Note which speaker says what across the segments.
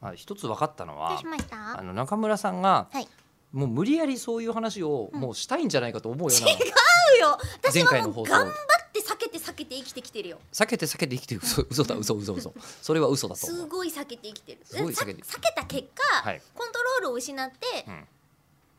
Speaker 1: あ一つ分かったの
Speaker 2: どう
Speaker 1: は
Speaker 2: しました
Speaker 1: あの中村さんが、
Speaker 2: はい
Speaker 1: もう無理やりそういう話をもうしたいんじゃないかと思うような、
Speaker 2: うよ 私
Speaker 1: 前回
Speaker 2: は
Speaker 1: の
Speaker 2: も
Speaker 1: 放
Speaker 2: う
Speaker 1: 送
Speaker 2: 頑張って避けて避けて生きてきてるよ
Speaker 1: 避けて避けて生きてる嘘嘘だ嘘嘘嘘それは嘘だと思
Speaker 2: す
Speaker 1: う。
Speaker 2: ごい避けて生きてる
Speaker 1: すごい避けて
Speaker 2: さ避けた結果、
Speaker 1: はい
Speaker 2: コントロールを失って、
Speaker 1: うん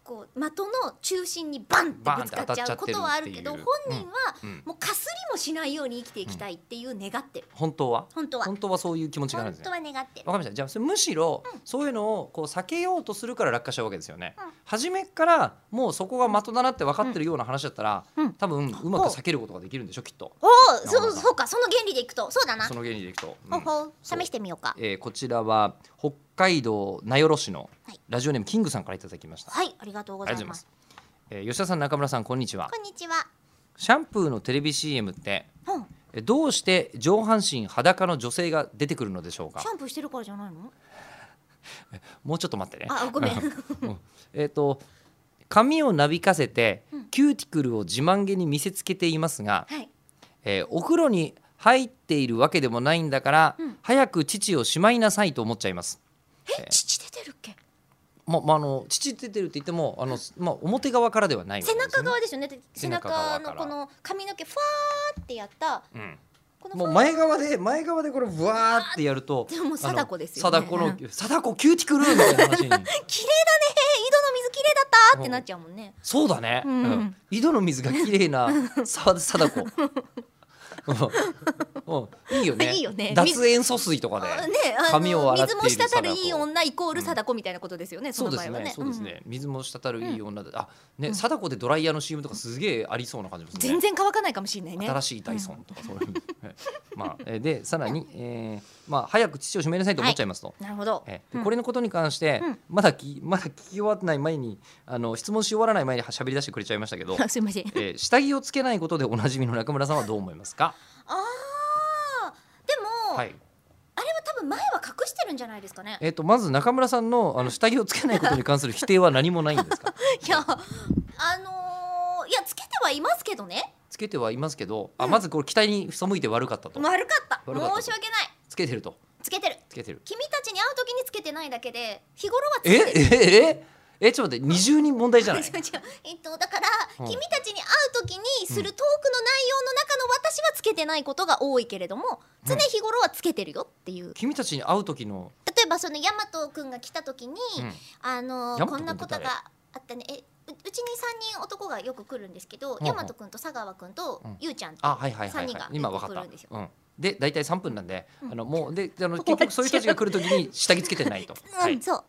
Speaker 2: こう的の中心にバンって
Speaker 1: バン
Speaker 2: ぶ
Speaker 1: っ
Speaker 2: つ
Speaker 1: て
Speaker 2: か
Speaker 1: 当たっ
Speaker 2: っ
Speaker 1: ち
Speaker 2: ち
Speaker 1: ゃっ
Speaker 2: ゃ
Speaker 1: て
Speaker 2: うこ
Speaker 1: る
Speaker 2: とはあるけ
Speaker 1: っ
Speaker 2: ど
Speaker 1: ていう
Speaker 2: 本人は
Speaker 1: うん、
Speaker 2: もうかすりもしないように生きていきたいっていう願ってる、
Speaker 1: 本当は
Speaker 2: 本当は
Speaker 1: 本当はそういう気持ちがあるん
Speaker 2: 本
Speaker 1: ですね
Speaker 2: 当。は願ってる
Speaker 1: わかりましたじゃあそれむしろそういうのをこう避けようとするから落下しちゃうわけですよね、初めっからもうそこが的だなって分かってるような話だったら、
Speaker 2: うん
Speaker 1: 多分うまく避けることができるんでしょきっと
Speaker 2: おお
Speaker 1: なるほ
Speaker 2: そう
Speaker 1: ど
Speaker 2: そうかその原理でいくとそうだな
Speaker 1: その原理でいくと、うん
Speaker 2: ほうほう
Speaker 1: そう
Speaker 2: 試してみようか
Speaker 1: えーこちらは北海道名寄市の
Speaker 2: はい
Speaker 1: ラジオネームキングさんからいただきました、
Speaker 2: はいありがとうご
Speaker 1: あ
Speaker 2: ざ
Speaker 1: りがとござい
Speaker 2: いう
Speaker 1: ま
Speaker 2: ます
Speaker 1: す、えー吉田さん中村さんこんにちは
Speaker 2: こんにちは
Speaker 1: シャンプーのテレビ CM って
Speaker 2: うん
Speaker 1: えーどうして上半身裸の女性が出てくるのでしょうか
Speaker 2: シャンプーしてるからじゃないの
Speaker 1: もうちょっと待ってね
Speaker 2: あご めん
Speaker 1: えっ、と髪をなびかせて
Speaker 2: うん
Speaker 1: キューティクルを自慢げに見せつけていますが、
Speaker 2: はい
Speaker 1: えーお風呂に入っているわけでもないんだから、
Speaker 2: うん
Speaker 1: 早く父をしまいなさいと思っちゃいます。
Speaker 2: え父出てるっけ
Speaker 1: ままあ、あの父出てるって言ってもあの、まあ、表側からではないわけ
Speaker 2: 背
Speaker 1: ですよね
Speaker 2: 中側ですよねだって
Speaker 1: 背
Speaker 2: 背
Speaker 1: 中
Speaker 2: 中
Speaker 1: 側から
Speaker 2: のこの髪の毛ファーってやったこ
Speaker 1: う
Speaker 2: の
Speaker 1: ん、もう
Speaker 2: ファー
Speaker 1: 前側で前側でこれブワーってやると
Speaker 2: でももう貞子ですよね
Speaker 1: あの 貞子の貞子キューティクルみたいな話に
Speaker 2: 綺麗だね井戸の水綺麗だったってなっちゃうもんね
Speaker 1: そうだね、
Speaker 2: うん
Speaker 1: うん井戸の水がきれい なさ貞子うんうんいいよね
Speaker 2: いいよね
Speaker 1: 脱塩素水とかで
Speaker 2: あねあの
Speaker 1: 髪を洗ってい
Speaker 2: 水
Speaker 1: る
Speaker 2: も滴るいい
Speaker 1: 貞子
Speaker 2: 女イコール貞子みたいなことですよね、そ
Speaker 1: そう
Speaker 2: の
Speaker 1: で
Speaker 2: 場
Speaker 1: す
Speaker 2: 合は
Speaker 1: ね
Speaker 2: ね
Speaker 1: そうです
Speaker 2: うん
Speaker 1: ね、水も滴るいい女で、あね、貞子でドライヤーの CM とかすげえありそうな感じですね
Speaker 2: 全然乾かないかもしれないね
Speaker 1: 新しいダイソンとかそういう、え まあえでさらに、えーまあ、早く父を閉めなさいと思っちゃいますと、
Speaker 2: なるほど
Speaker 1: え
Speaker 2: う
Speaker 1: で
Speaker 2: ん
Speaker 1: これのことに関して、
Speaker 2: うん
Speaker 1: まだきまだ聞き終わってない前にあの質問し終わらない前に喋り出してくれちゃいました けど、
Speaker 2: すいません
Speaker 1: えー下着をつけないことでおなじみの中村さんはどう思いますか、
Speaker 2: ああでも、
Speaker 1: はい
Speaker 2: あれは多分前は隠してるんじゃないですかね
Speaker 1: えー、とまず中村さんのあの下着をつけないことに関する否定は何もないんです か
Speaker 2: いやあのー、いやつけてはいますけどね
Speaker 1: つけてはいますけどあまずこれ期待に背いて悪かったと
Speaker 2: 悪かった
Speaker 1: 悪かった
Speaker 2: 申し訳ない
Speaker 1: つけてると
Speaker 2: つけてる
Speaker 1: つけてる
Speaker 2: 君たちに会う時につけてないだけで日頃はつ
Speaker 1: え
Speaker 2: けてる
Speaker 1: えええちょっと待って二重に問題じゃ
Speaker 2: 違
Speaker 1: な
Speaker 2: う
Speaker 1: い
Speaker 2: 違うえっとだから、
Speaker 1: うん
Speaker 2: 君たちに会う時にするトークの内容の中の私はつけてないことが多いけれども常日頃はつけてるよっていう、
Speaker 1: 君たちに会う時の、
Speaker 2: 例えばそのヤマト君が来た時に、
Speaker 1: うん
Speaker 2: あの
Speaker 1: ヤマト君
Speaker 2: こんなこと
Speaker 1: って誰
Speaker 2: があったねえううちに三人男がよく来るんですけど、
Speaker 1: うん
Speaker 2: ヤマト君と佐川君と
Speaker 1: うん
Speaker 2: ゆうちゃん
Speaker 1: あはいはいはい、
Speaker 2: 三
Speaker 1: は
Speaker 2: 人
Speaker 1: い
Speaker 2: が、
Speaker 1: 今わかっ
Speaker 2: 来
Speaker 1: た
Speaker 2: るんですよ。
Speaker 1: うん、で大体三分なんで、
Speaker 2: うん
Speaker 1: あのもうであの結局そういう人たちが来るときに下着つけてないと。
Speaker 2: うん、
Speaker 1: はい、
Speaker 2: そう